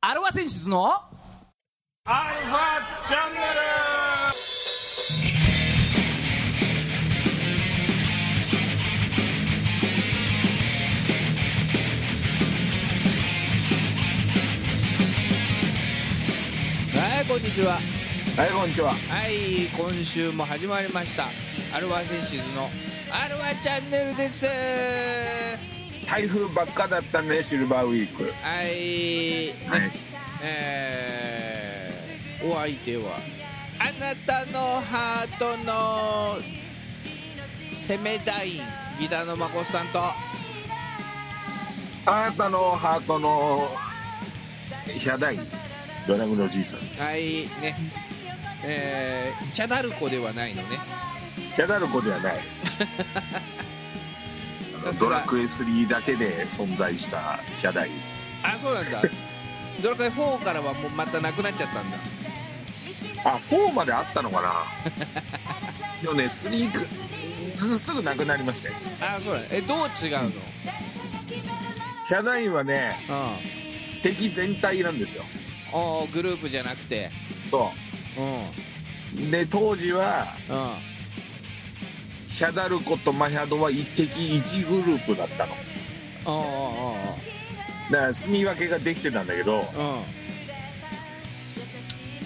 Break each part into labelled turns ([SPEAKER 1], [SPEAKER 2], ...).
[SPEAKER 1] アルファ選出の
[SPEAKER 2] アルファチャンネル
[SPEAKER 1] はいこんにちは
[SPEAKER 2] はいこんにちは
[SPEAKER 1] はい今週も始まりましたアルファ選出のアルファチャンネルです
[SPEAKER 2] 台風ばっかだったねシルバーウィーク
[SPEAKER 1] はい
[SPEAKER 2] はい
[SPEAKER 1] えー、お相手はあなたのハートの攻めダインギターのまこさんと
[SPEAKER 2] あなたのハートのヒャダインドラムのじいさんです、
[SPEAKER 1] はいねえー、キャダルコではないのね
[SPEAKER 2] ヒャダルコではないあの
[SPEAKER 1] さすが
[SPEAKER 2] ドラクエ3だけで存在したヒャダイン
[SPEAKER 1] あそう なんだドラクエ4からはもうまたなくなっちゃったんだ
[SPEAKER 2] あ4まであった のかなでもね3くずすぐなくなりましたよ
[SPEAKER 1] あそうなんだえどう違うの
[SPEAKER 2] ヒャダインはね
[SPEAKER 1] うん
[SPEAKER 2] 敵全体なんですよ
[SPEAKER 1] おーグループじゃなくて
[SPEAKER 2] そ
[SPEAKER 1] うんうん
[SPEAKER 2] うで当時はヒャダルコとマヒャドは一敵一グループだったの
[SPEAKER 1] おーおー
[SPEAKER 2] だから住み分けができてたんだけど
[SPEAKER 1] おーおー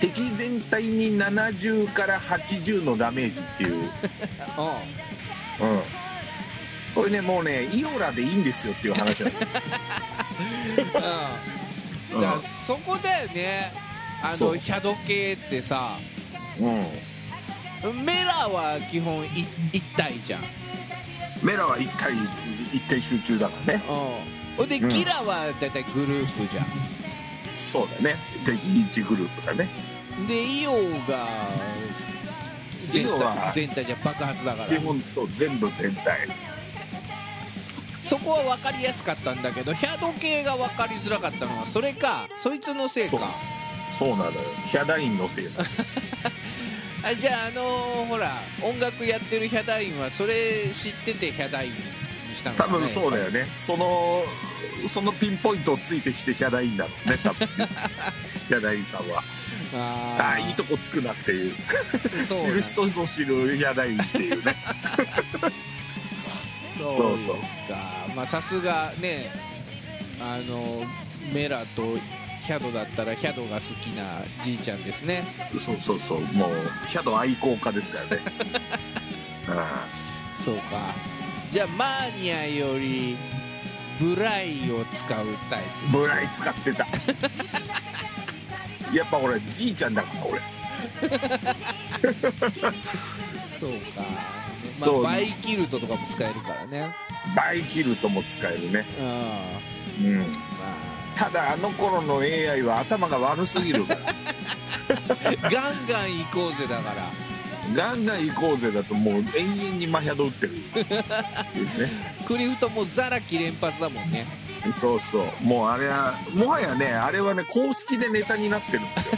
[SPEAKER 2] 敵全体に70から80のダメージっていう、うん、
[SPEAKER 1] うんうん
[SPEAKER 2] これねもうねイオラでいいんですよっていう話なんですよ、
[SPEAKER 1] だからそこだよねあ
[SPEAKER 2] そ
[SPEAKER 1] の
[SPEAKER 2] う
[SPEAKER 1] ヒャド系ってさ
[SPEAKER 2] うんうん、
[SPEAKER 1] メラは基本い一体じゃんうん
[SPEAKER 2] メラは1体一体集中だからね
[SPEAKER 1] ほんで
[SPEAKER 2] うん
[SPEAKER 1] ギラは大体グループじゃん
[SPEAKER 2] そうだね敵1グループだね
[SPEAKER 1] でイオが全
[SPEAKER 2] イオは
[SPEAKER 1] 体全体じゃん爆発だから
[SPEAKER 2] 基本そう全部全体
[SPEAKER 1] そこは分かりやすかったんだけどヒャド系が分かりづらかったのはそれかそいつのせい
[SPEAKER 2] そう
[SPEAKER 1] か
[SPEAKER 2] そうなのよヒャダインのせいだ
[SPEAKER 1] あじゃああのーほら音楽やってるヒャダインはそれ知っててヒャダインにしたの
[SPEAKER 2] 多
[SPEAKER 1] か、ね、
[SPEAKER 2] 分そうだよねそのそのピンポイントをついてきてヒャダインだろうね多分ヒャダインさんは
[SPEAKER 1] あー
[SPEAKER 2] ああいいとこつくなっていう
[SPEAKER 1] そう
[SPEAKER 2] 知
[SPEAKER 1] なん
[SPEAKER 2] る
[SPEAKER 1] だ
[SPEAKER 2] 人ぞ知るヒャダインっていうね
[SPEAKER 1] そうです
[SPEAKER 2] そうそう
[SPEAKER 1] かまあさすがねあのメラとヒャドだったらヒャドが好きなじいちゃんですね
[SPEAKER 2] そうそうそうもうヒャド愛好家で すからねあ
[SPEAKER 1] そうかじゃあマーニアよりブライを使うタイ
[SPEAKER 2] あブライ使ってた やっぱ俺じいちゃんだから俺
[SPEAKER 1] プそうか、まあ、
[SPEAKER 2] そう
[SPEAKER 1] バイキルトとかも使えるからね
[SPEAKER 2] バイキルトも使えるね
[SPEAKER 1] うん
[SPEAKER 2] うん
[SPEAKER 1] ま
[SPEAKER 2] ただあの頃の AI は頭が悪すぎるから
[SPEAKER 1] あガンガン行こうぜだから
[SPEAKER 2] ガンガン行こうぜだともう永遠にマヒャド打ってるっていうね
[SPEAKER 1] クリフトもザラキ連発だもんね
[SPEAKER 2] そうそうもうあれはもはやねあれはね公式でネタになってるんです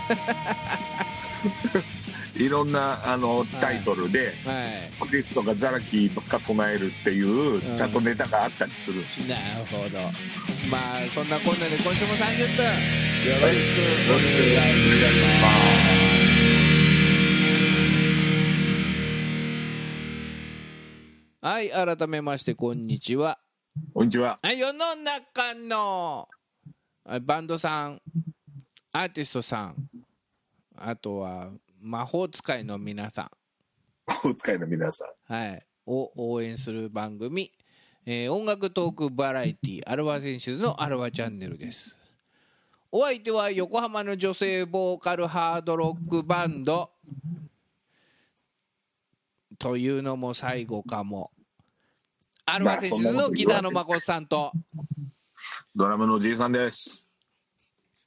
[SPEAKER 2] よ いろんなあのタイトルで、
[SPEAKER 1] はい
[SPEAKER 2] クリストがザラキばっか唱えるっていう、
[SPEAKER 1] うん
[SPEAKER 2] ちゃんとネタがあったりするんですよ
[SPEAKER 1] なるほどまあそんなこんなで今週も30分よろしくお
[SPEAKER 2] よ
[SPEAKER 1] 願
[SPEAKER 2] ろ
[SPEAKER 1] いし
[SPEAKER 2] しくお願いしま
[SPEAKER 1] ますはい改めましてこんにちは
[SPEAKER 2] すこんにちは
[SPEAKER 1] はい世の中のあバンドさんアーティストさんあとは魔法使いの皆さ
[SPEAKER 2] お使いの皆さん
[SPEAKER 1] ん、はい、を応援する番組、えー音楽トークバラエティアルファ選手のアルファチャンネルですお相手は横浜の女性ボーカルハードロックバンドというのも最後かもアルファ選手のギターのまこさんと、
[SPEAKER 2] ドラムのおじいさんです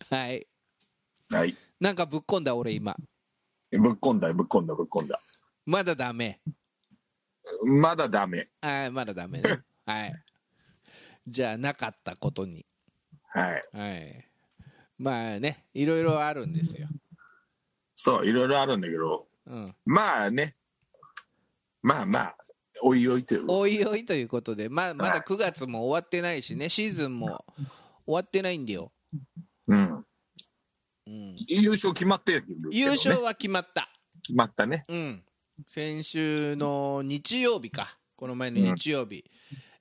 [SPEAKER 1] はい
[SPEAKER 2] はい
[SPEAKER 1] なんかぶっこんだ俺今
[SPEAKER 2] ぶっこんだぶっこんだぶっこんだ
[SPEAKER 1] まだダメ
[SPEAKER 2] まだダメ
[SPEAKER 1] はいまだダメねはいじゃあなかったことに
[SPEAKER 2] はい
[SPEAKER 1] はいまあねいろいろあるんですよ
[SPEAKER 2] そういろいろあるんだけど
[SPEAKER 1] うん
[SPEAKER 2] まあねまあまあおいおいという
[SPEAKER 1] おいおいということでまあまだ9月も終わってないしねシーズンも終わってないんだよ
[SPEAKER 2] うん
[SPEAKER 1] うん、
[SPEAKER 2] 優勝決まってるけどね、
[SPEAKER 1] 優勝は決まった、
[SPEAKER 2] 決まったね。
[SPEAKER 1] うん、先週の日曜日かこの前の日曜日、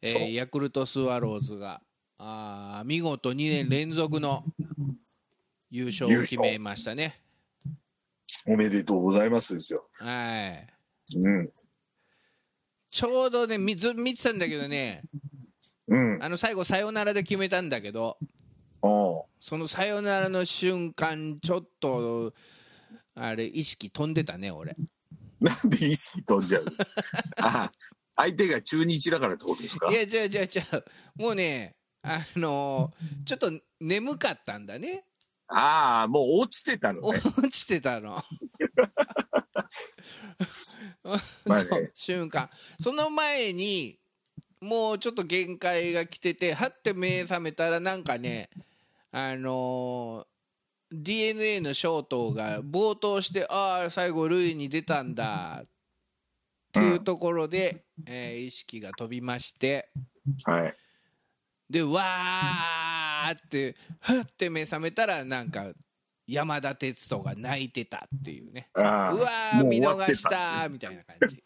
[SPEAKER 1] えー
[SPEAKER 2] そう
[SPEAKER 1] ヤクルトスワローズがあー見事2年連続の優勝を決めましたね
[SPEAKER 2] おめでとうございますですよ。
[SPEAKER 1] はい
[SPEAKER 2] うん。
[SPEAKER 1] ちょうどねみず見てたんだけどね
[SPEAKER 2] うん。
[SPEAKER 1] あの最後サヨナラで決めたんだけど
[SPEAKER 2] おう
[SPEAKER 1] そのサヨナラの瞬間ちょっとあれ意識飛んでたね俺
[SPEAKER 2] なんで意識飛んじゃう あ相手が中日だからってことですか
[SPEAKER 1] いや違う違う違うもうねあのーちょっと眠かったんだね
[SPEAKER 2] ああ、もう落ちてたのね。
[SPEAKER 1] 落ちて たの
[SPEAKER 2] まあ
[SPEAKER 1] そ
[SPEAKER 2] ね
[SPEAKER 1] う瞬間その前にもうちょっと限界が来ててはって目覚めたらなんかねあの d n a のショートが暴投してああ最後塁に出たんだっていうところで、えー意識が飛びまして
[SPEAKER 2] はい。
[SPEAKER 1] でわーってはって目覚めたらなんか山田哲人が泣いてたっていうね
[SPEAKER 2] ああ
[SPEAKER 1] うわー
[SPEAKER 2] もう
[SPEAKER 1] 見
[SPEAKER 2] 終わ
[SPEAKER 1] 逃
[SPEAKER 2] ってた
[SPEAKER 1] したーみたいな感じ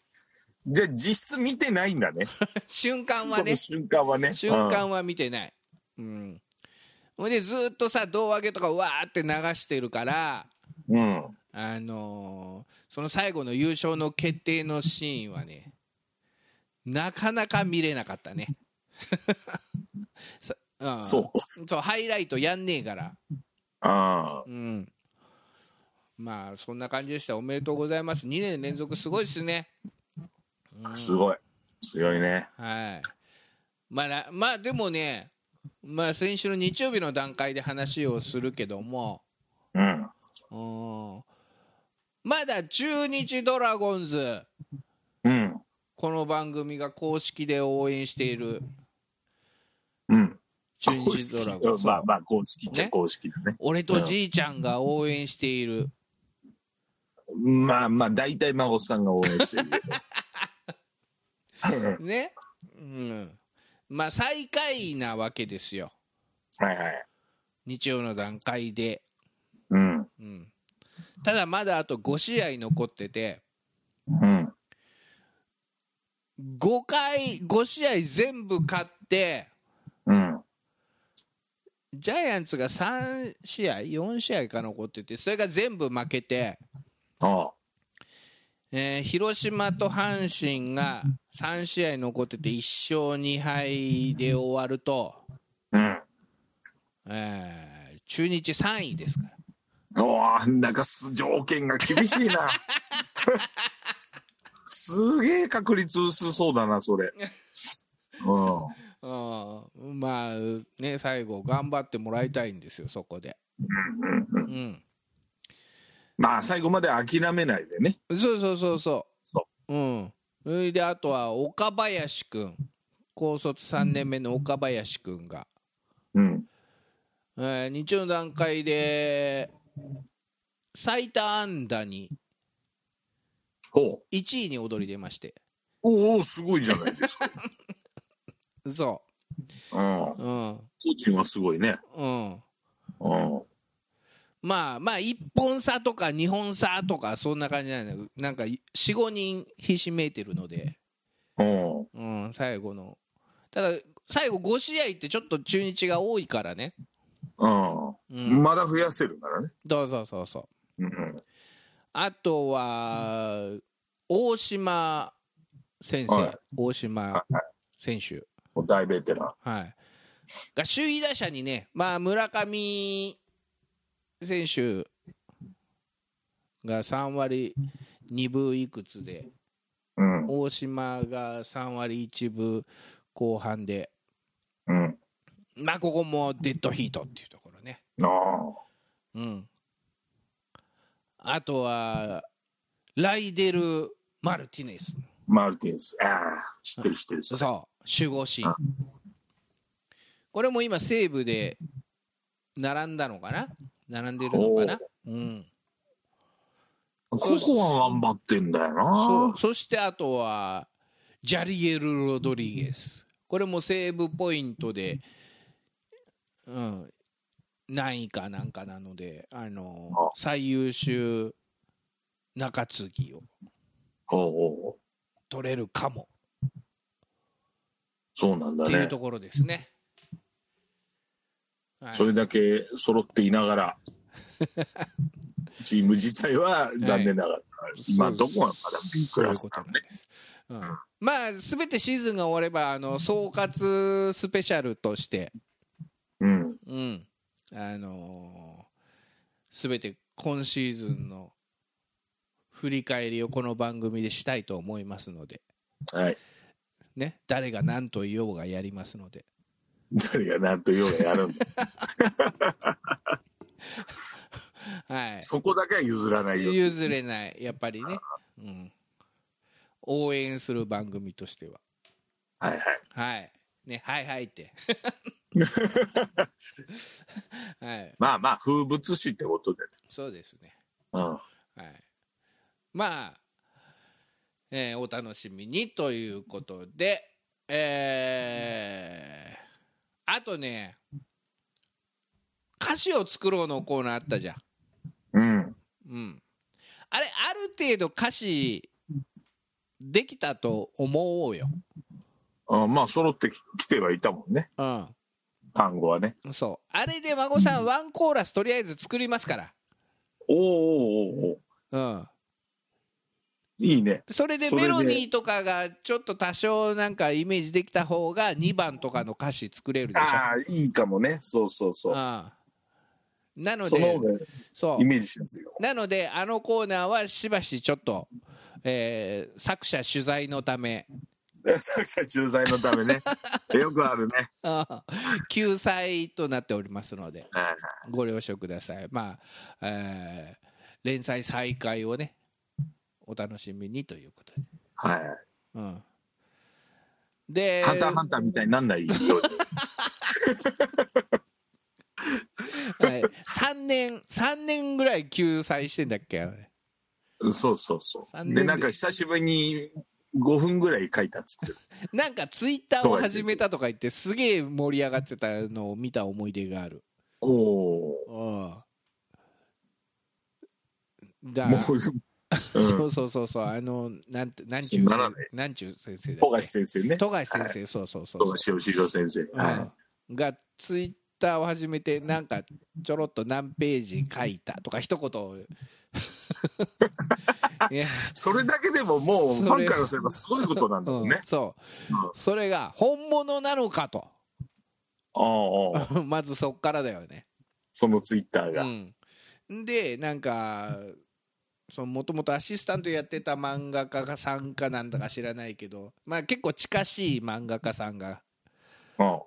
[SPEAKER 2] じゃあ実質見てないんだね。
[SPEAKER 1] 瞬間は
[SPEAKER 2] そ
[SPEAKER 1] ね
[SPEAKER 2] の瞬間はね。
[SPEAKER 1] 瞬間は見てないうんほいでずーっとさ胴上げとかわーって流してるから
[SPEAKER 2] うん。うん。
[SPEAKER 1] あのーその最後の優勝の決定のシーンはねなかなか見れなかった ねさん
[SPEAKER 2] そう。
[SPEAKER 1] そうハイライトやんねえから
[SPEAKER 2] ああ。
[SPEAKER 1] うんまあそんな感じでしたおめでとうございます2年連続すごいですね、うん
[SPEAKER 2] すごい。強いね。
[SPEAKER 1] はいまあらまあでもねまあ先週の日曜日の段階で話をするけども
[SPEAKER 2] うん。
[SPEAKER 1] うんまだ中日ドラゴンズ
[SPEAKER 2] うん。
[SPEAKER 1] この番組が公式で応援している
[SPEAKER 2] うん。
[SPEAKER 1] 中日ドラゴンズ、
[SPEAKER 2] まあまあ、公式っちゃ
[SPEAKER 1] ね
[SPEAKER 2] 公式だね。
[SPEAKER 1] 俺とじいちゃんが応援している
[SPEAKER 2] まあまあ、大体孫さんが応援してるけど。
[SPEAKER 1] ね、うん、まあ最下位なわけですよ
[SPEAKER 2] はいはい。
[SPEAKER 1] 日曜の段階で、
[SPEAKER 2] うん。
[SPEAKER 1] うん、ただまだあと5試合残ってて
[SPEAKER 2] うん。
[SPEAKER 1] 5回5試合全部勝って
[SPEAKER 2] うん。
[SPEAKER 1] ジャイアンツが3試合4試合か残っててそれが全部負けて、
[SPEAKER 2] ああ。
[SPEAKER 1] えー広島と阪神が3試合残ってて1勝2敗で終わると、
[SPEAKER 2] うん。
[SPEAKER 1] えー中日3位ですから
[SPEAKER 2] おお、なんかす条件が厳しいな。すげえ確率薄そうだな、それ。うん。
[SPEAKER 1] うん、まあね最後頑張ってもらいたいんですよそこで、
[SPEAKER 2] うんう
[SPEAKER 1] う
[SPEAKER 2] ん
[SPEAKER 1] ん、
[SPEAKER 2] まあ、最後まで諦めないでね。
[SPEAKER 1] そうそうそうそう
[SPEAKER 2] そ
[SPEAKER 1] うんそれであとは岡林くん高卒3年目の岡林くんが、
[SPEAKER 2] うん。
[SPEAKER 1] えー日曜の段階で最多安打に
[SPEAKER 2] ほう。
[SPEAKER 1] 1位に躍り出まして
[SPEAKER 2] おお、すごいじゃないですか。
[SPEAKER 1] そ
[SPEAKER 2] うん。
[SPEAKER 1] ううん
[SPEAKER 2] 個人はすごいね。
[SPEAKER 1] うん
[SPEAKER 2] うん。
[SPEAKER 1] まあまあ1本差とか2本差とかそんな感じなんだけどなんか45人ひしめいてるので
[SPEAKER 2] うん。
[SPEAKER 1] うん、最後の。ただ、最後5試合ってちょっと中日が多いからね。
[SPEAKER 2] うん。
[SPEAKER 1] うん、
[SPEAKER 2] まだ増やせるからね。
[SPEAKER 1] そうそうそうそう。
[SPEAKER 2] うん。
[SPEAKER 1] あとは、大島先生、
[SPEAKER 2] はい
[SPEAKER 1] 大島選手、
[SPEAKER 2] もう大ベテラン。
[SPEAKER 1] はい、が首位打者にね、まあ、村上選手が3割2分いくつで、
[SPEAKER 2] うん。
[SPEAKER 1] 大島が3割1分後半で、
[SPEAKER 2] うん。
[SPEAKER 1] まあ、ここもデッドヒートっていうところね。
[SPEAKER 2] ああ。
[SPEAKER 1] うん、あとはライデル・マルティネス
[SPEAKER 2] マルティンス。ああ、知ってる知ってる。知ってる
[SPEAKER 1] そう守護神
[SPEAKER 2] あ
[SPEAKER 1] これも今西武で並んだのかな並んでるのかなうん
[SPEAKER 2] ここは頑張ってんだよ
[SPEAKER 1] そ
[SPEAKER 2] な。
[SPEAKER 1] そしてあとはジャリエル・ロドリゲスこれも西武ポイントで、うん、何位かなんかなのであの
[SPEAKER 2] あ
[SPEAKER 1] 最優秀中継ぎを
[SPEAKER 2] おうおう
[SPEAKER 1] 取れるかも
[SPEAKER 2] そうなんだ
[SPEAKER 1] っていう
[SPEAKER 2] ね
[SPEAKER 1] ところですね。はい
[SPEAKER 2] それだけ揃っていな がらチーム自体は残念ながら、まあ
[SPEAKER 1] そう
[SPEAKER 2] どこがまだ B クラス
[SPEAKER 1] そ
[SPEAKER 2] な
[SPEAKER 1] ういうこと
[SPEAKER 2] ん
[SPEAKER 1] な
[SPEAKER 2] で
[SPEAKER 1] んです。うん、まあ全てシーズンが終わればあの総括スペシャルとして、
[SPEAKER 2] うん
[SPEAKER 1] うん、あのー全て今シーズンの振り返りをこの番組でしたいと思いますので、
[SPEAKER 2] はい
[SPEAKER 1] ね、誰が何と言おうがやりますので、
[SPEAKER 2] 誰が何と言おうがやるんだ
[SPEAKER 1] はい、
[SPEAKER 2] そこだけは譲らないよ
[SPEAKER 1] 譲れないやっぱりね、うん、応援する番組としては
[SPEAKER 2] はいはい
[SPEAKER 1] はいねはいはいってはい
[SPEAKER 2] まあまあ風物詩ってことでね
[SPEAKER 1] そうですね
[SPEAKER 2] うん
[SPEAKER 1] はいまあ、えーお楽しみにということでえーあとね歌詞を作ろうのコーナーあったじゃん
[SPEAKER 2] うん
[SPEAKER 1] うん、あれある程度歌詞できたと思おうよ、
[SPEAKER 2] あまあ揃ってききてはいたもんね
[SPEAKER 1] うん、
[SPEAKER 2] 単語はね
[SPEAKER 1] そうあれで孫さんワンコーラスとりあえず作りますから、
[SPEAKER 2] おーおーおーおー
[SPEAKER 1] うん、
[SPEAKER 2] いいね
[SPEAKER 1] それで
[SPEAKER 2] それ
[SPEAKER 1] メ
[SPEAKER 2] で
[SPEAKER 1] ロディーとかがちょっと多少なんかイメージできた方が2番とかの歌詞作れるでし
[SPEAKER 2] ああいいかもねそうそう
[SPEAKER 1] ょ、、
[SPEAKER 2] そううん
[SPEAKER 1] なの
[SPEAKER 2] その
[SPEAKER 1] で
[SPEAKER 2] 方が
[SPEAKER 1] そ
[SPEAKER 2] イ
[SPEAKER 1] う
[SPEAKER 2] メージしやすいよ
[SPEAKER 1] なのであのコーナーはしばしちょっと、えー作者取材のため
[SPEAKER 2] 作者仲裁のた めねよくあるね
[SPEAKER 1] うん救済となっておりますので
[SPEAKER 2] はいはい
[SPEAKER 1] ご了承ください。まあ、えー連載再開をね、お楽しみにということで。
[SPEAKER 2] はいはい
[SPEAKER 1] うん、で、
[SPEAKER 2] ハンターハンターみたいになんないように
[SPEAKER 1] はい、3年、三年ぐらい救済してんだっけあれ
[SPEAKER 2] うんそうそうそ
[SPEAKER 1] 残
[SPEAKER 2] う
[SPEAKER 1] 念
[SPEAKER 2] でなんか久しぶりに5分ぐらい書いたっつってる
[SPEAKER 1] なんかツイッターを始めたとか言って、すげえ盛り上がってたのを見た思い出がある。
[SPEAKER 2] おお
[SPEAKER 1] うん、だ
[SPEAKER 2] もう、う
[SPEAKER 1] そ
[SPEAKER 2] ん、
[SPEAKER 1] うそうそうそう、あの、なんて、なんちゅう
[SPEAKER 2] そうなら
[SPEAKER 1] 先
[SPEAKER 2] ない、
[SPEAKER 1] なんちゅう先生だ
[SPEAKER 2] 富
[SPEAKER 1] っ
[SPEAKER 2] 樫
[SPEAKER 1] け。
[SPEAKER 2] 先生ね
[SPEAKER 1] 富樫先生、そうそうそうそう
[SPEAKER 2] 富。樫義弘先生、はい
[SPEAKER 1] うん、がツイッターを始めてなんかちょろっと何ページ書いたとか一 言いや
[SPEAKER 2] それだけでももう
[SPEAKER 1] そ
[SPEAKER 2] フ
[SPEAKER 1] れ
[SPEAKER 2] ァンからすればすごいことなんだも
[SPEAKER 1] うんん
[SPEAKER 2] ね、
[SPEAKER 1] そう、
[SPEAKER 2] うん
[SPEAKER 1] それが本物なの かと
[SPEAKER 2] ああああ
[SPEAKER 1] まずそっからだよね、
[SPEAKER 2] そのツイッターが、
[SPEAKER 1] うん、でなんかもともとアシスタントやってた漫画家さんかなんだか知らないけど、まあ、結構近しい漫画家さんが、
[SPEAKER 2] うん
[SPEAKER 1] うん、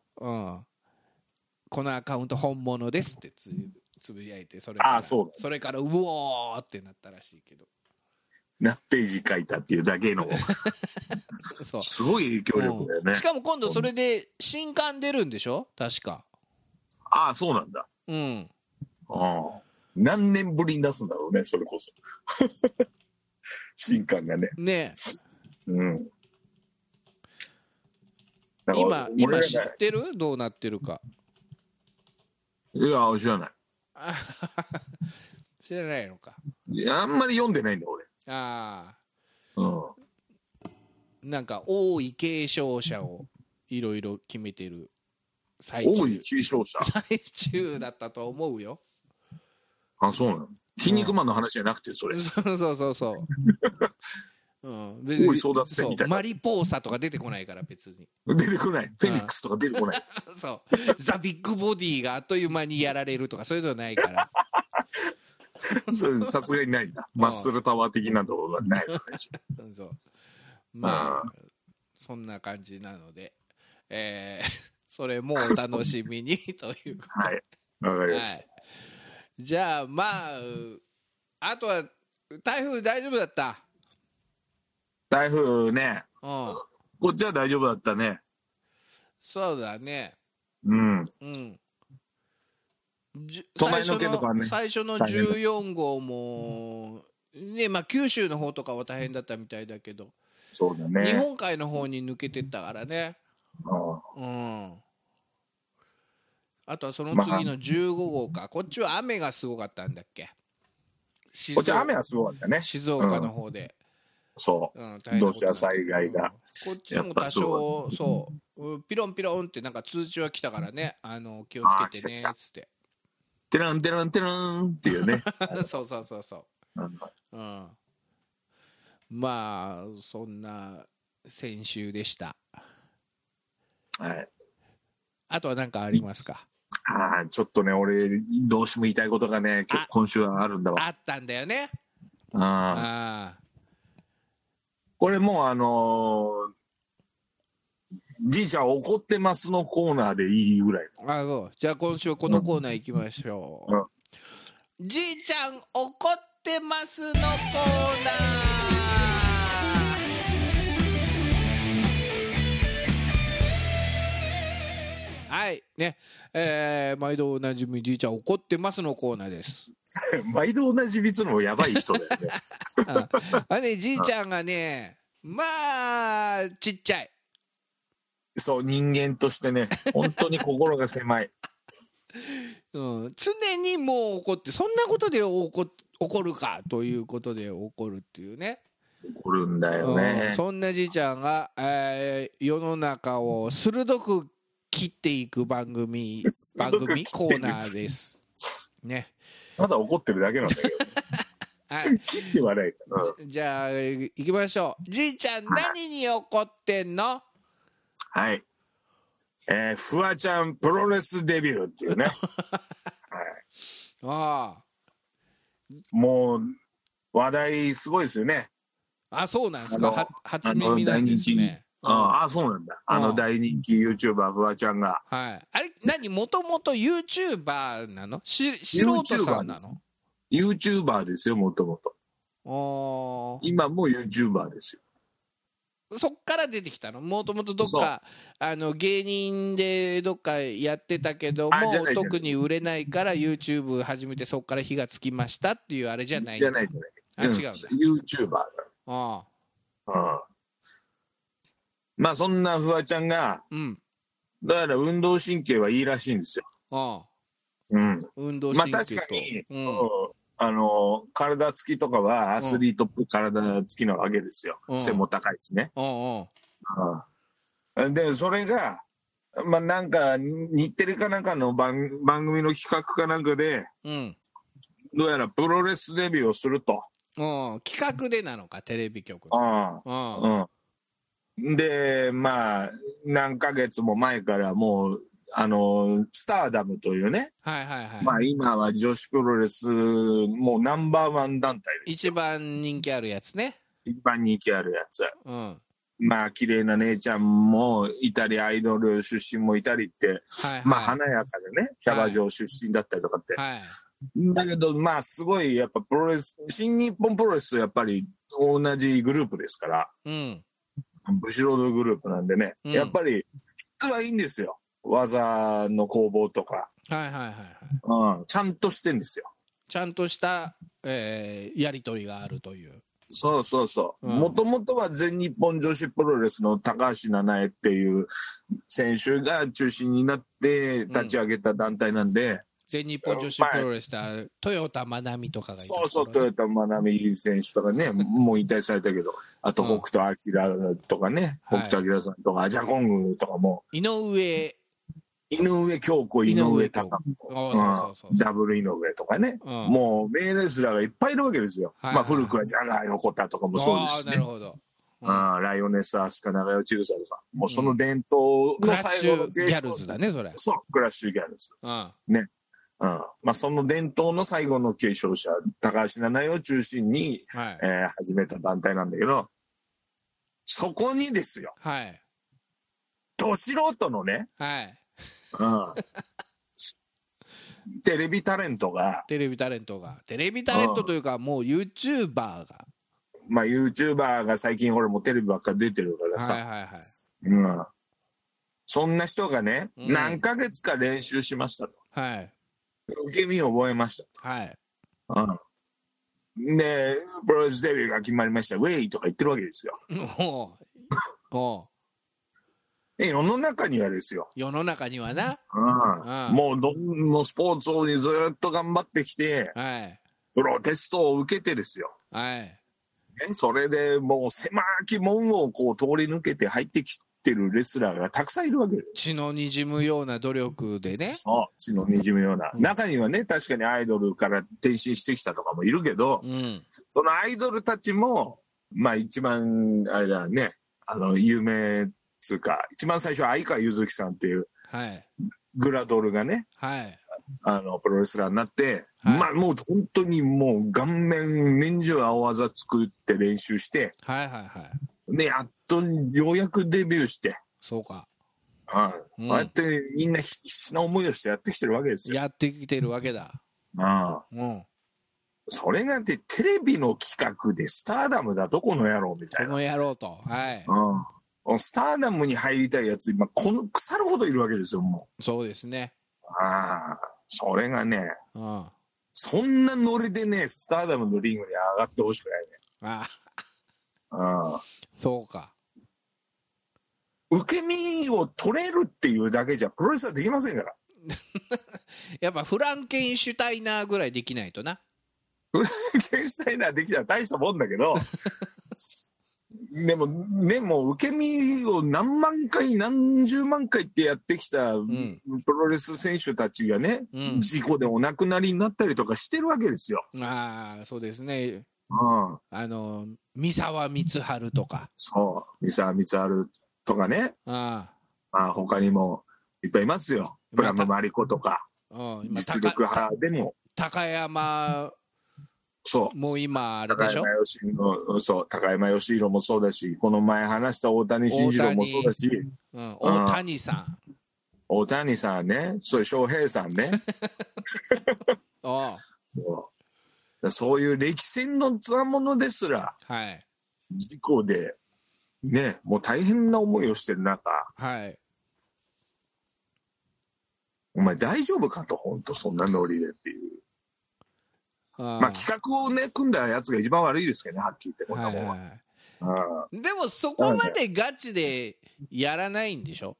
[SPEAKER 1] このアカウント本物ですってつつぶやいてそれから
[SPEAKER 2] ああそう
[SPEAKER 1] それからうおーってなったらしいけど
[SPEAKER 2] 何ページ書いたっていうだけの
[SPEAKER 1] そう
[SPEAKER 2] すごい影響力だよね
[SPEAKER 1] しかも今度それで新刊出るんでしょ確か
[SPEAKER 2] ああそうなんだ
[SPEAKER 1] うん
[SPEAKER 2] ああ何年ぶりに出すんだろうねそれこそ 新刊がね
[SPEAKER 1] ね
[SPEAKER 2] うんだから
[SPEAKER 1] 今
[SPEAKER 2] 俺
[SPEAKER 1] 今
[SPEAKER 2] ら
[SPEAKER 1] 知
[SPEAKER 2] が
[SPEAKER 1] ってるどうなってるか
[SPEAKER 2] いや知らない
[SPEAKER 1] あ 知らないのか
[SPEAKER 2] いやあんまり読んでないんだ俺
[SPEAKER 1] ああ
[SPEAKER 2] うん
[SPEAKER 1] なんか王位継承者をいろいろ決めてる最
[SPEAKER 2] 多い
[SPEAKER 1] 中
[SPEAKER 2] 継承者
[SPEAKER 1] 最中だったと思う よ
[SPEAKER 2] あそうなの筋肉マンの話じゃなくてそれ、
[SPEAKER 1] そうそうそうそう。うん、別
[SPEAKER 2] 大井争奪戦みた
[SPEAKER 1] そう
[SPEAKER 2] いな
[SPEAKER 1] マリポーサとか出てこないから別に
[SPEAKER 2] 出てこないフェニックスとか出てこない
[SPEAKER 1] そうザ・ビッグボディがあっという間にやられるとかそういうのはないから
[SPEAKER 2] そうさすがにないんだ
[SPEAKER 1] うん
[SPEAKER 2] マッスルタワー的なところがないのね
[SPEAKER 1] うんそうまあそんな感じなので、えー それもお楽しみに というこ
[SPEAKER 2] はいわか
[SPEAKER 1] とで、
[SPEAKER 2] り
[SPEAKER 1] は
[SPEAKER 2] ました、
[SPEAKER 1] い、じゃあまああとは台風大丈夫だった
[SPEAKER 2] 台風ね
[SPEAKER 1] うん
[SPEAKER 2] こっちは大丈夫だったね
[SPEAKER 1] そうだね
[SPEAKER 2] うん
[SPEAKER 1] うん。じ
[SPEAKER 2] 隣の県とかはね
[SPEAKER 1] 最初の
[SPEAKER 2] 大変だ
[SPEAKER 1] 14号も、ねまあ、九州の方とかは大変だったみたいだけど、
[SPEAKER 2] そうだ
[SPEAKER 1] 日
[SPEAKER 2] ね
[SPEAKER 1] 本海の方に抜けてったからね、
[SPEAKER 2] うん
[SPEAKER 1] うん、あとはその次の15号かこっちは雨がすごかったんだっけ静
[SPEAKER 2] こっち雨
[SPEAKER 1] 岡
[SPEAKER 2] はすごかったね。
[SPEAKER 1] 静岡の方で、
[SPEAKER 2] そう。
[SPEAKER 1] うん大変なことになって
[SPEAKER 2] 土砂災害が
[SPEAKER 1] うんこっちも
[SPEAKER 2] やっ
[SPEAKER 1] 多
[SPEAKER 2] ぱそ
[SPEAKER 1] 少そううんピロンピロンってなんか通知は来たからねあの気をつけてね
[SPEAKER 2] あー来た来た
[SPEAKER 1] っつって
[SPEAKER 2] てらんてらんてらんっていうね。
[SPEAKER 1] そうそうそうそう
[SPEAKER 2] うん
[SPEAKER 1] うん、まあそんな先週でした
[SPEAKER 2] はい。
[SPEAKER 1] あとは何かありますか
[SPEAKER 2] ああ、ちょっとね、俺、どうしても言いたいことがね、今
[SPEAKER 1] あ
[SPEAKER 2] 日今週はあるんだわ。
[SPEAKER 1] あったんだよね
[SPEAKER 2] うん
[SPEAKER 1] あ
[SPEAKER 2] これもうあのーじいちゃん怒ってますのコーナーでいいぐらい。
[SPEAKER 1] ーあそうじゃあ今週このコーナー行きましょう、
[SPEAKER 2] うん
[SPEAKER 1] じいちゃん怒ってますのコーナーはいねえー毎度おなじみじいちゃん怒ってますのコーナーです
[SPEAKER 2] 毎度同じビつのもやばい人だよ ね。
[SPEAKER 1] うんあねじいちゃんがねまあちっちゃい
[SPEAKER 2] そう、人間としてね、本当に心が狭い。
[SPEAKER 1] うん、常にもう怒ってそんなことで怒っ怒るかということで怒るっていうね
[SPEAKER 2] 怒るんだよ
[SPEAKER 1] うん
[SPEAKER 2] ね。
[SPEAKER 1] そんなじいちゃんが、えー世の中を鋭く切っていく番組番
[SPEAKER 2] 鋭く
[SPEAKER 1] 組
[SPEAKER 2] 切
[SPEAKER 1] コ
[SPEAKER 2] ってい
[SPEAKER 1] ー
[SPEAKER 2] く
[SPEAKER 1] ナーです。ね、
[SPEAKER 2] ただ怒ってるだけなんだけ ど、
[SPEAKER 1] はい
[SPEAKER 2] 切ってはない。うん
[SPEAKER 1] じゃあ行きましょうじいちゃん何に怒ってんの
[SPEAKER 2] はい。えー、フワちゃんプロレスデビューっていうね。はい、
[SPEAKER 1] あ
[SPEAKER 2] もう、話題すごいですよね。
[SPEAKER 1] ああそうなんですか
[SPEAKER 2] あの
[SPEAKER 1] は初耳なんですね。うん
[SPEAKER 2] ああ、そうなんだ。あ
[SPEAKER 1] う
[SPEAKER 2] の
[SPEAKER 1] ん
[SPEAKER 2] 大人気 YouTuber フワちゃんが。
[SPEAKER 1] はい、あれ何もともと YouTuber なのし素人さん
[SPEAKER 2] YouTuber
[SPEAKER 1] な
[SPEAKER 2] です YouTuber ですよ、もともと。
[SPEAKER 1] のあ
[SPEAKER 2] 今も YouTuber です
[SPEAKER 1] ー
[SPEAKER 2] よ。
[SPEAKER 1] そっから出てきたのもともとどっかあの芸人でどっかやってたけども
[SPEAKER 2] あじゃないじゃない
[SPEAKER 1] 特に売れないから YouTube 始めてそっから火がつきましたっていうあれじゃない
[SPEAKER 2] じゃないじゃない。
[SPEAKER 1] あ違うんだ、
[SPEAKER 2] うん、YouTuber だ。
[SPEAKER 1] あ
[SPEAKER 2] うん。まあそんなフワちゃんが、
[SPEAKER 1] ーうん
[SPEAKER 2] だから運動神経はいいらしいんですよ。
[SPEAKER 1] あ
[SPEAKER 2] うん。
[SPEAKER 1] ー運動神経と、
[SPEAKER 2] まあ確かに
[SPEAKER 1] う
[SPEAKER 2] うんんあの、体つきとかはアスリートっぽい体つきなわけですよ。
[SPEAKER 1] うん
[SPEAKER 2] 背も高いしね。
[SPEAKER 1] うんうん
[SPEAKER 2] うん。で、それが、まあなんか、日テレかなんかの番番組の企画かなんかで、
[SPEAKER 1] うん
[SPEAKER 2] どうやらプロレスデビューをすると。
[SPEAKER 1] うん企画でなのかテレビ局の
[SPEAKER 2] うん。
[SPEAKER 1] うんうん
[SPEAKER 2] うん、で、まあ、何ヶ月も前からもう、あの、スターダムというね、
[SPEAKER 1] はいはいはい、
[SPEAKER 2] まあ今は女子プロレス、もうナンバーワン団体です
[SPEAKER 1] 一
[SPEAKER 2] よ。
[SPEAKER 1] 番人気あるやつね
[SPEAKER 2] 一番人気あるやつ。
[SPEAKER 1] うん
[SPEAKER 2] まあ綺麗な姉ちゃんもいたり、アイドル出身もいたりって、
[SPEAKER 1] はいはい、
[SPEAKER 2] まあ華やかでね、キャバ嬢出身だったりとかって。
[SPEAKER 1] はい、
[SPEAKER 2] だけど、まあすごいやっぱプロレス、新日本プロレスとやっぱり同じグループですから、
[SPEAKER 1] うん、
[SPEAKER 2] ブシロードグループなんでね、
[SPEAKER 1] うん
[SPEAKER 2] やっぱり質はいいんですよ。技の攻防とか、
[SPEAKER 1] はいはいはいはい
[SPEAKER 2] うん、ちゃんとしてんですよ。
[SPEAKER 1] ちゃんとした、えーやり取りがあるという
[SPEAKER 2] そうそうそう。
[SPEAKER 1] うん
[SPEAKER 2] もともとは全日本女子プロレスの高橋七重っていう選手が中心になって立ち上げた団体なんで、
[SPEAKER 1] 全日本女子プロレスである豊田真奈美とかがいたとこ
[SPEAKER 2] そ
[SPEAKER 1] ろ
[SPEAKER 2] うそう、
[SPEAKER 1] ね
[SPEAKER 2] 豊田真奈美選手と かね、もう引退されたけど、あと
[SPEAKER 1] うん
[SPEAKER 2] 北斗晶とかね、
[SPEAKER 1] はい
[SPEAKER 2] 北斗晶さんとか、アジャコングとかも、
[SPEAKER 1] 井上
[SPEAKER 2] 井上京子、井上
[SPEAKER 1] 井上京
[SPEAKER 2] 隆
[SPEAKER 1] 子
[SPEAKER 2] 子、
[SPEAKER 1] おーそうそうそうそう
[SPEAKER 2] ダブル井上とかね。
[SPEAKER 1] うん
[SPEAKER 2] もう名レスラーがいっぱいいるわけですよ。
[SPEAKER 1] はい
[SPEAKER 2] まあ古くはジャガー横田とかもそうですし
[SPEAKER 1] あーな
[SPEAKER 2] ね
[SPEAKER 1] る。ほど、うん
[SPEAKER 2] ああライオネス・アスカ、長与千草とか、もうその伝統
[SPEAKER 1] ク
[SPEAKER 2] の
[SPEAKER 1] ラッシ
[SPEAKER 2] 最
[SPEAKER 1] ュ
[SPEAKER 2] 後の
[SPEAKER 1] ギ
[SPEAKER 2] 継承
[SPEAKER 1] ャルズだねそれ、
[SPEAKER 2] そう、クラッシュギャルズ。
[SPEAKER 1] うん、
[SPEAKER 2] うん。まあその伝統の最後の継承者、高橋七重を中心に、
[SPEAKER 1] はい
[SPEAKER 2] えー始めた団体なんだけど、そこにですよ、
[SPEAKER 1] はい
[SPEAKER 2] ど素人のね、
[SPEAKER 1] はい
[SPEAKER 2] うん。テレビタレントが、
[SPEAKER 1] テレビタレントがテレビタレントというかもう YouTuber が
[SPEAKER 2] まあ YouTuber が最近ほらもうテレビばっか出てるからさ、
[SPEAKER 1] はいはいはい
[SPEAKER 2] うん。そんな人がね、
[SPEAKER 1] うん
[SPEAKER 2] 何ヶ月か練習しましたと。
[SPEAKER 1] はい
[SPEAKER 2] 受け身を覚えまし
[SPEAKER 1] はい
[SPEAKER 2] たと。うん。で、プロレスデビューが決まりました、ウェイとか言ってるわけですよ。
[SPEAKER 1] おうおう
[SPEAKER 2] え世の中にはですよ。
[SPEAKER 1] 世の中にはな。
[SPEAKER 2] うん
[SPEAKER 1] うん
[SPEAKER 2] もうどんもうスポーツにずっと頑張ってきて、
[SPEAKER 1] はい。
[SPEAKER 2] プロテストを受けてですよ。
[SPEAKER 1] はい。
[SPEAKER 2] ね、それでもう狭き門をこう通り抜けて入ってきてるレスラーがたくさんいるわけで
[SPEAKER 1] 血の滲むような努力ですね。
[SPEAKER 2] そう、血の滲むような。
[SPEAKER 1] うん
[SPEAKER 2] 中にはね、確かにアイドルから転身してきたとかもいるけど、
[SPEAKER 1] うん。
[SPEAKER 2] そのアイドルたちも、まあ一番、あれだね、あの、有名っつうか、一番最初は相川ゆずきさんっていう
[SPEAKER 1] はい。
[SPEAKER 2] グラドルがね、
[SPEAKER 1] はい。
[SPEAKER 2] あの、プロレスラーになって、
[SPEAKER 1] はい
[SPEAKER 2] まあもう本当にもう顔面、年中青技作って練習して、
[SPEAKER 1] はいはいはい。
[SPEAKER 2] ね、やっとようやくデビューして、
[SPEAKER 1] そうか。
[SPEAKER 2] うん
[SPEAKER 1] うん
[SPEAKER 2] こうやってみんな必死な思いをしてやってきてるわけですよ。
[SPEAKER 1] やってきてるわけだ。
[SPEAKER 2] うん
[SPEAKER 1] うん。
[SPEAKER 2] それなんてテレビの企画でスターダムだとこの野郎みた
[SPEAKER 1] こ
[SPEAKER 2] いな。
[SPEAKER 1] の野郎と。はい。
[SPEAKER 2] うん、スターダムに入りたいやつ、今、この腐るほどいるわけですよ、も
[SPEAKER 1] そうですね。
[SPEAKER 2] う。ああ、それがね、
[SPEAKER 1] うん。あ
[SPEAKER 2] そんなノリでね、スターダムのリングに上がってほしくないね。
[SPEAKER 1] あ、
[SPEAKER 2] うん
[SPEAKER 1] そうか。
[SPEAKER 2] 受け身を取れるっていうだけじゃプロレスはできませんから。
[SPEAKER 1] やっぱフランケンシュタイナーぐらいできないとな。
[SPEAKER 2] 経験したいなできたら大したもんだ けど、でも、ね、もう受け身を何万回、何十万回ってやってきた
[SPEAKER 1] ん
[SPEAKER 2] プロレス選手たちがね、
[SPEAKER 1] うん
[SPEAKER 2] 事故でお亡くなりになったりとかしてるわけですよ。
[SPEAKER 1] ああ、そうですね。
[SPEAKER 2] うん、
[SPEAKER 1] あの、三沢光晴とか。
[SPEAKER 2] そう、三沢光晴とかね、
[SPEAKER 1] あ
[SPEAKER 2] まあ、他にもいっぱいいますよ。プラムマリコとか、
[SPEAKER 1] あ、うん。今
[SPEAKER 2] 実力
[SPEAKER 1] 高
[SPEAKER 2] 派でも、
[SPEAKER 1] 高山
[SPEAKER 2] そう、
[SPEAKER 1] も今あれ
[SPEAKER 2] 高
[SPEAKER 1] でしょ
[SPEAKER 2] 山義弘そう高山義弘もそうだし、この前話した大谷慎次郎もそうだし、
[SPEAKER 1] うん、大谷さん。
[SPEAKER 2] 大谷さんね、そういう翔平さ んね、
[SPEAKER 1] おう
[SPEAKER 2] そうそういう歴戦のつわものですら、
[SPEAKER 1] はい。
[SPEAKER 2] 事故で、ね、もう大変な思いをしてる中、
[SPEAKER 1] はい。
[SPEAKER 2] お前大丈夫かと、本当そんなノリでっていう。
[SPEAKER 1] あ
[SPEAKER 2] まあ企画をね、組んだやつが一番悪いですけどね、はっきり言って、こん
[SPEAKER 1] は
[SPEAKER 2] ないもん
[SPEAKER 1] は
[SPEAKER 2] は。
[SPEAKER 1] いはい
[SPEAKER 2] うん
[SPEAKER 1] でもそこまでガチでやらないんでしょ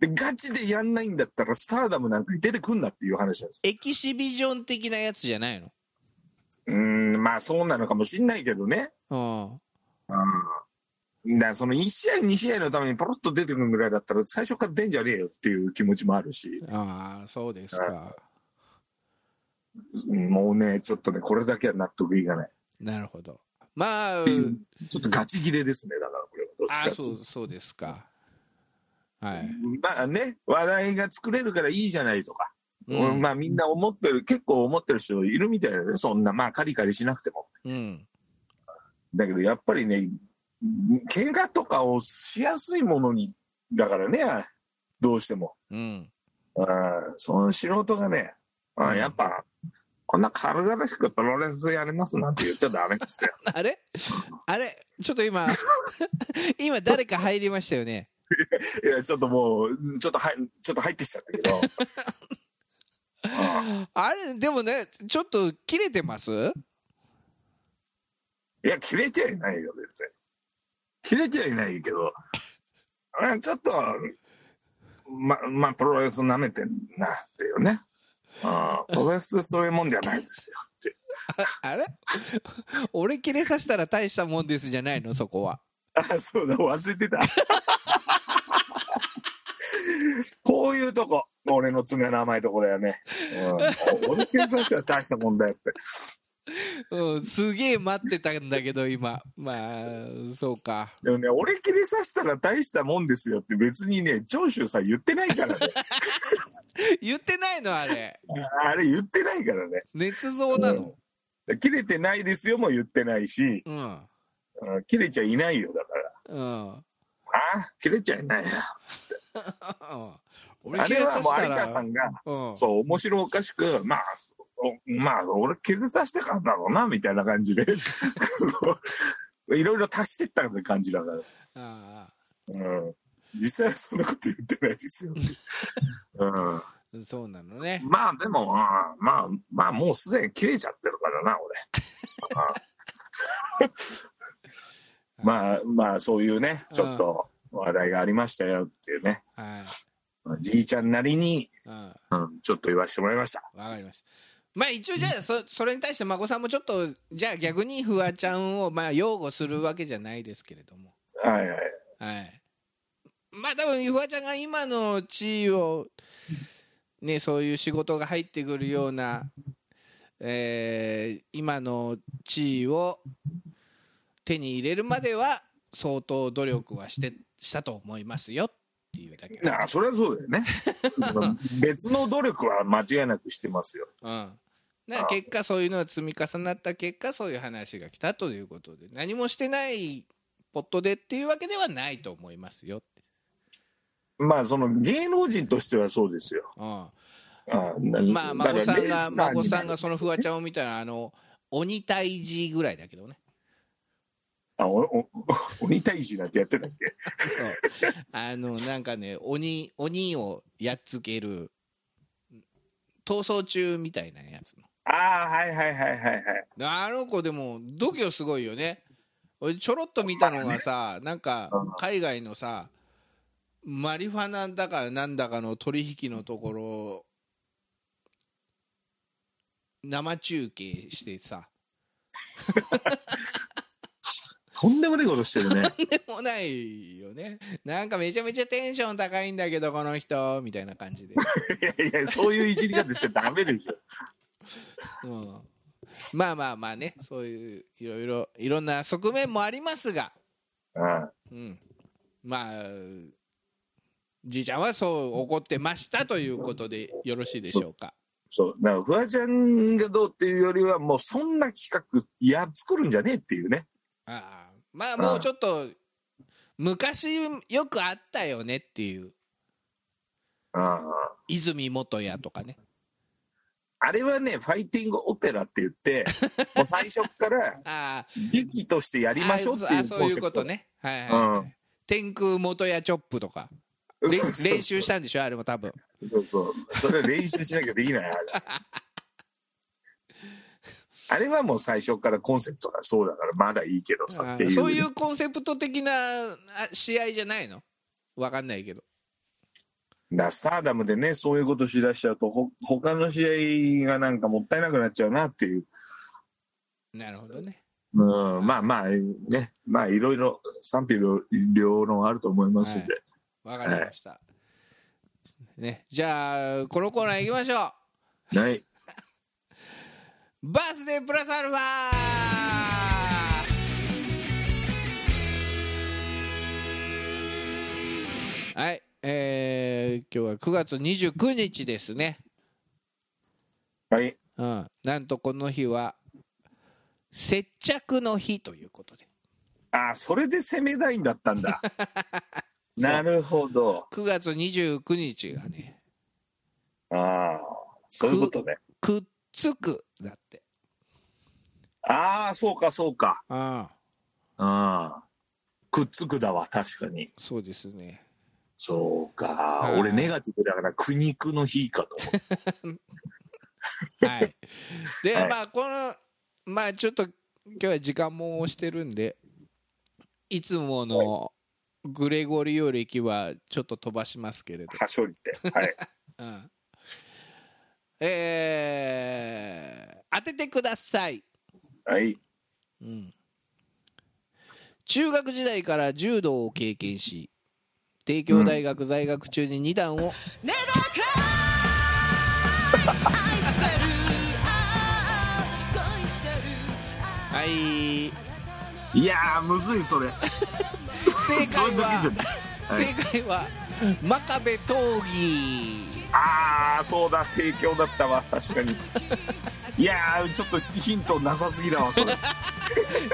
[SPEAKER 2] で、ガチでやんないんだったら、スターダムなんかに出てくんなっていう話なんです
[SPEAKER 1] エキシビジョン的なやつじゃないの
[SPEAKER 2] うーん、まあそうなのかもしんないけどね。
[SPEAKER 1] うん。
[SPEAKER 2] うん。だからその1試合、2試合のためにポロッと出てくるぐらいだったら、最初から出んじゃねえよっていう気持ちもあるし、
[SPEAKER 1] ああ、そうですか。
[SPEAKER 2] もうね、ちょっとね、これだけは納得いかない。
[SPEAKER 1] なるほど。まあ、
[SPEAKER 2] ちょっとガチ切れですね、だからこれは。どっち
[SPEAKER 1] ああ、
[SPEAKER 2] かってい
[SPEAKER 1] そうう、そうですか。はい。
[SPEAKER 2] とまあね、話題が作れるからいいじゃないとか、
[SPEAKER 1] うん。
[SPEAKER 2] まあみんな思ってる、結構思ってる人いるみたいだね、そんな、まあカリカリしなくても。
[SPEAKER 1] うん。
[SPEAKER 2] だけどやっぱりね、怪我とかをしやすいものに、だからね、どうしても。
[SPEAKER 1] うん。
[SPEAKER 2] うんその素人がね、
[SPEAKER 1] う
[SPEAKER 2] うんん、やっぱ、こんな軽々しくプロレスやりますなんて言っちゃダメです よ。
[SPEAKER 1] あれあれちょっと今、 今誰か入りましたよね。
[SPEAKER 2] いや、ちょっともう、ちょっとはい、ちょっと入ってきちゃったけど。うん
[SPEAKER 1] あれ、でもね、ちょっと切れてます
[SPEAKER 2] いや、切れちゃいないよ、別に。切れちゃいないけど、あちょっと、ま、まあ、プロレス舐めてんなっていうね。うん、プロレスってそういうもんじゃないですよって。
[SPEAKER 1] あれ 俺切れさせたら大したもんですじゃないのそこは。
[SPEAKER 2] あ、そうだ、忘れてた。 こういうとこ、俺の爪の甘いとこだよね。うん、俺警察は大したもんだよって。
[SPEAKER 1] うん、すげえ待ってたんだけど、今。まあ、そうか。
[SPEAKER 2] でもね、俺切りさしたら大したもんですよって別にね、長州さん言ってない からね。
[SPEAKER 1] 言ってないのあれ。
[SPEAKER 2] あれ言ってないからね。
[SPEAKER 1] 捏造なの。
[SPEAKER 2] うん切れてないですよも言ってないし、
[SPEAKER 1] うん。
[SPEAKER 2] うん切れちゃいないよだから。
[SPEAKER 1] うん。
[SPEAKER 2] あ切れちゃいないな。
[SPEAKER 1] 俺
[SPEAKER 2] あ
[SPEAKER 1] 切
[SPEAKER 2] れ
[SPEAKER 1] れ
[SPEAKER 2] は
[SPEAKER 1] させ
[SPEAKER 2] もう
[SPEAKER 1] た
[SPEAKER 2] 有
[SPEAKER 1] ら
[SPEAKER 2] 田さんが、
[SPEAKER 1] うん。
[SPEAKER 2] そう、面白おかしく、まあ、おまあ、俺、削り足してからだろうな、みたいな感じで、 いろいろ足してったって感じだから、
[SPEAKER 1] あ
[SPEAKER 2] うん、実際はそんなこと言ってないで すよ。うん、
[SPEAKER 1] あそうなのね。
[SPEAKER 2] まあ、でも、あーまあ、まあ、もうすでに切れちゃってるからな、俺。 あーまあ、まあ、そういうね、ちょっと話題がありましたよって
[SPEAKER 1] はい
[SPEAKER 2] じいちゃんなりに、
[SPEAKER 1] うんわ
[SPEAKER 2] うん、ちょっと言わせてもらいました。
[SPEAKER 1] かりましたまあ一応じゃあそそれに対して孫さんもちょっとじゃあ逆にフワちゃんをまあ擁護するわけじゃないですけれども
[SPEAKER 2] はいはい。
[SPEAKER 1] はいまあ多分フワちゃんが今の地位をねそういう仕事が入ってくるような、えー今の地位を手に入れるまでは相当努力はしてしたと思いますよっていうだけ、
[SPEAKER 2] あそれはそうだよ ね。別の努力は間違いなくしてますよ。
[SPEAKER 1] うん、だから結果そういうのが積み重なった結果そういう話が来たということで何もしてないポットでっていうわけではないと思いますよって、
[SPEAKER 2] まあ、その芸能人としてはそうですよ。
[SPEAKER 1] うん、
[SPEAKER 2] あ
[SPEAKER 1] まあ孫さんが孫さんがそのフワち
[SPEAKER 2] ゃん。
[SPEAKER 1] ゃんを見たらあの鬼退治ぐらいだけどね。
[SPEAKER 2] あおお お鬼退治なんてやってたっけ
[SPEAKER 1] そう あのなんかね鬼鬼をやっつける逃走中みたいなやつの。
[SPEAKER 2] ああ、はいはいはいはいはい。
[SPEAKER 1] であの子でも度胸すごいよね。俺ちょろっと見たのがさなんか
[SPEAKER 2] うん
[SPEAKER 1] 海外のさマリファナだかなんだかの取引のところ生中継してさ
[SPEAKER 2] とんでもないことしてるね。
[SPEAKER 1] でもないよねなんかめちゃめちゃテンション高いんだけどこの人みたいな感じで、
[SPEAKER 2] いやいや、そういういじり方しちゃダメでしょ。
[SPEAKER 1] うん、まあまあまあねそういういろいろいろんな側面もありますが、
[SPEAKER 2] うん
[SPEAKER 1] うん、まあじいちゃんはそう怒ってましたということでよろしいでしょうか
[SPEAKER 2] そう。だから、フワちゃんがどうっていうよりは、もうそんな企画、いや、作るんじゃねえっていうね。
[SPEAKER 1] ああまあもうちょっと昔よくあったよねっていう
[SPEAKER 2] うん
[SPEAKER 1] 泉元也とかね
[SPEAKER 2] あれはね、ファイティングオペラって言 って、もう最初から
[SPEAKER 1] ああ
[SPEAKER 2] 劇としてやりましょうってい
[SPEAKER 1] あ
[SPEAKER 2] う
[SPEAKER 1] そあそう
[SPEAKER 2] コン
[SPEAKER 1] いう
[SPEAKER 2] セ
[SPEAKER 1] こ
[SPEAKER 2] プ
[SPEAKER 1] と
[SPEAKER 2] ト。
[SPEAKER 1] ねはいはいはい、
[SPEAKER 2] うん
[SPEAKER 1] 天空元屋チョップとかれ
[SPEAKER 2] そうそうそう
[SPEAKER 1] 練習したんでしょあれも多分
[SPEAKER 2] そうそう。それは練習しなきゃで きない。あれあれはもう最初からコンセプトがそうだから、まだいいけど
[SPEAKER 1] あ
[SPEAKER 2] さっていう。
[SPEAKER 1] ーそういうコンセプト的なあ試合じゃないのわかんないけど
[SPEAKER 2] だからスターダムでね、そういうことしだしちゃうと、ほ他の試合がなんかもったいなくなっちゃうなっていう。
[SPEAKER 1] なるほどね
[SPEAKER 2] うん、まあまあ、ね、まあいろいろ賛否両両論あると思いますんで。
[SPEAKER 1] わかりました、ね、じゃあこのコーナー行きましょう
[SPEAKER 2] はい。
[SPEAKER 1] バースデープラスアルファはい、えー、今日は9月29日ですね、
[SPEAKER 2] はい。
[SPEAKER 1] うん、なんとこの日は接着の日ということで
[SPEAKER 2] ああ、それで攻めたいんだったん だ。なるほど。
[SPEAKER 1] 9月29日がね
[SPEAKER 2] ああ、そういうことね。
[SPEAKER 1] くっつくだって
[SPEAKER 2] ああ、そうか、そうか。
[SPEAKER 1] ああ
[SPEAKER 2] ああ。くっつくだわ、確かに。
[SPEAKER 1] そうですね
[SPEAKER 2] そうか。
[SPEAKER 1] い
[SPEAKER 2] 俺、ネガティブだから、苦肉の日かと思って。
[SPEAKER 1] はいで、
[SPEAKER 2] はい
[SPEAKER 1] まあこのまあちょっと今日は時間も押してるんでいつものグレゴリオ歴はちょっと飛ばしますけれど、
[SPEAKER 2] はしょ りって。はい。
[SPEAKER 1] うん、えー当ててください
[SPEAKER 2] はい。
[SPEAKER 1] うん中学時代から柔道を経験し帝京大学在学中に2段を
[SPEAKER 3] ネバークライ愛してるああ恋してるあ
[SPEAKER 1] はい
[SPEAKER 2] いやー、むずい、それ。
[SPEAKER 1] 正
[SPEAKER 2] そ
[SPEAKER 1] 解
[SPEAKER 2] れだけ
[SPEAKER 1] は
[SPEAKER 2] じゃない。はい
[SPEAKER 1] 正解は真壁闘技
[SPEAKER 2] ああ、そうだ、提供だったわ、確 かに。いやー、ちょっとヒントなさすぎだわ、それ。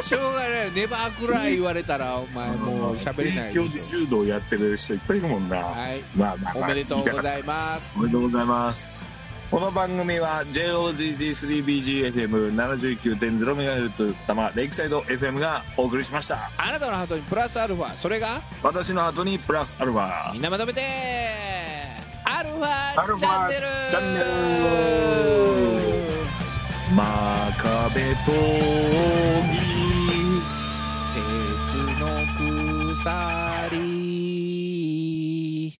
[SPEAKER 1] しょうがないよネバーくらい言われたらお前もう喋れない
[SPEAKER 2] 提供で柔道やってる人いっぱいいるもんな。
[SPEAKER 1] はい
[SPEAKER 2] まあまあ
[SPEAKER 1] お
[SPEAKER 2] まあ
[SPEAKER 1] めでとうございます
[SPEAKER 2] おめでとうございます。この番組は JOZZ3BGFM79.0MHz 多摩レイクサイド FM がお送りしました。
[SPEAKER 1] あなたのハートにプラスアルファそれが
[SPEAKER 2] 私の後にプラスアルファ。
[SPEAKER 1] みんなまとめてアルフ
[SPEAKER 2] アル
[SPEAKER 1] ァ
[SPEAKER 2] ファ
[SPEAKER 1] チャンネル
[SPEAKER 2] チャンネル真壁闘技。
[SPEAKER 1] 鉄の鎖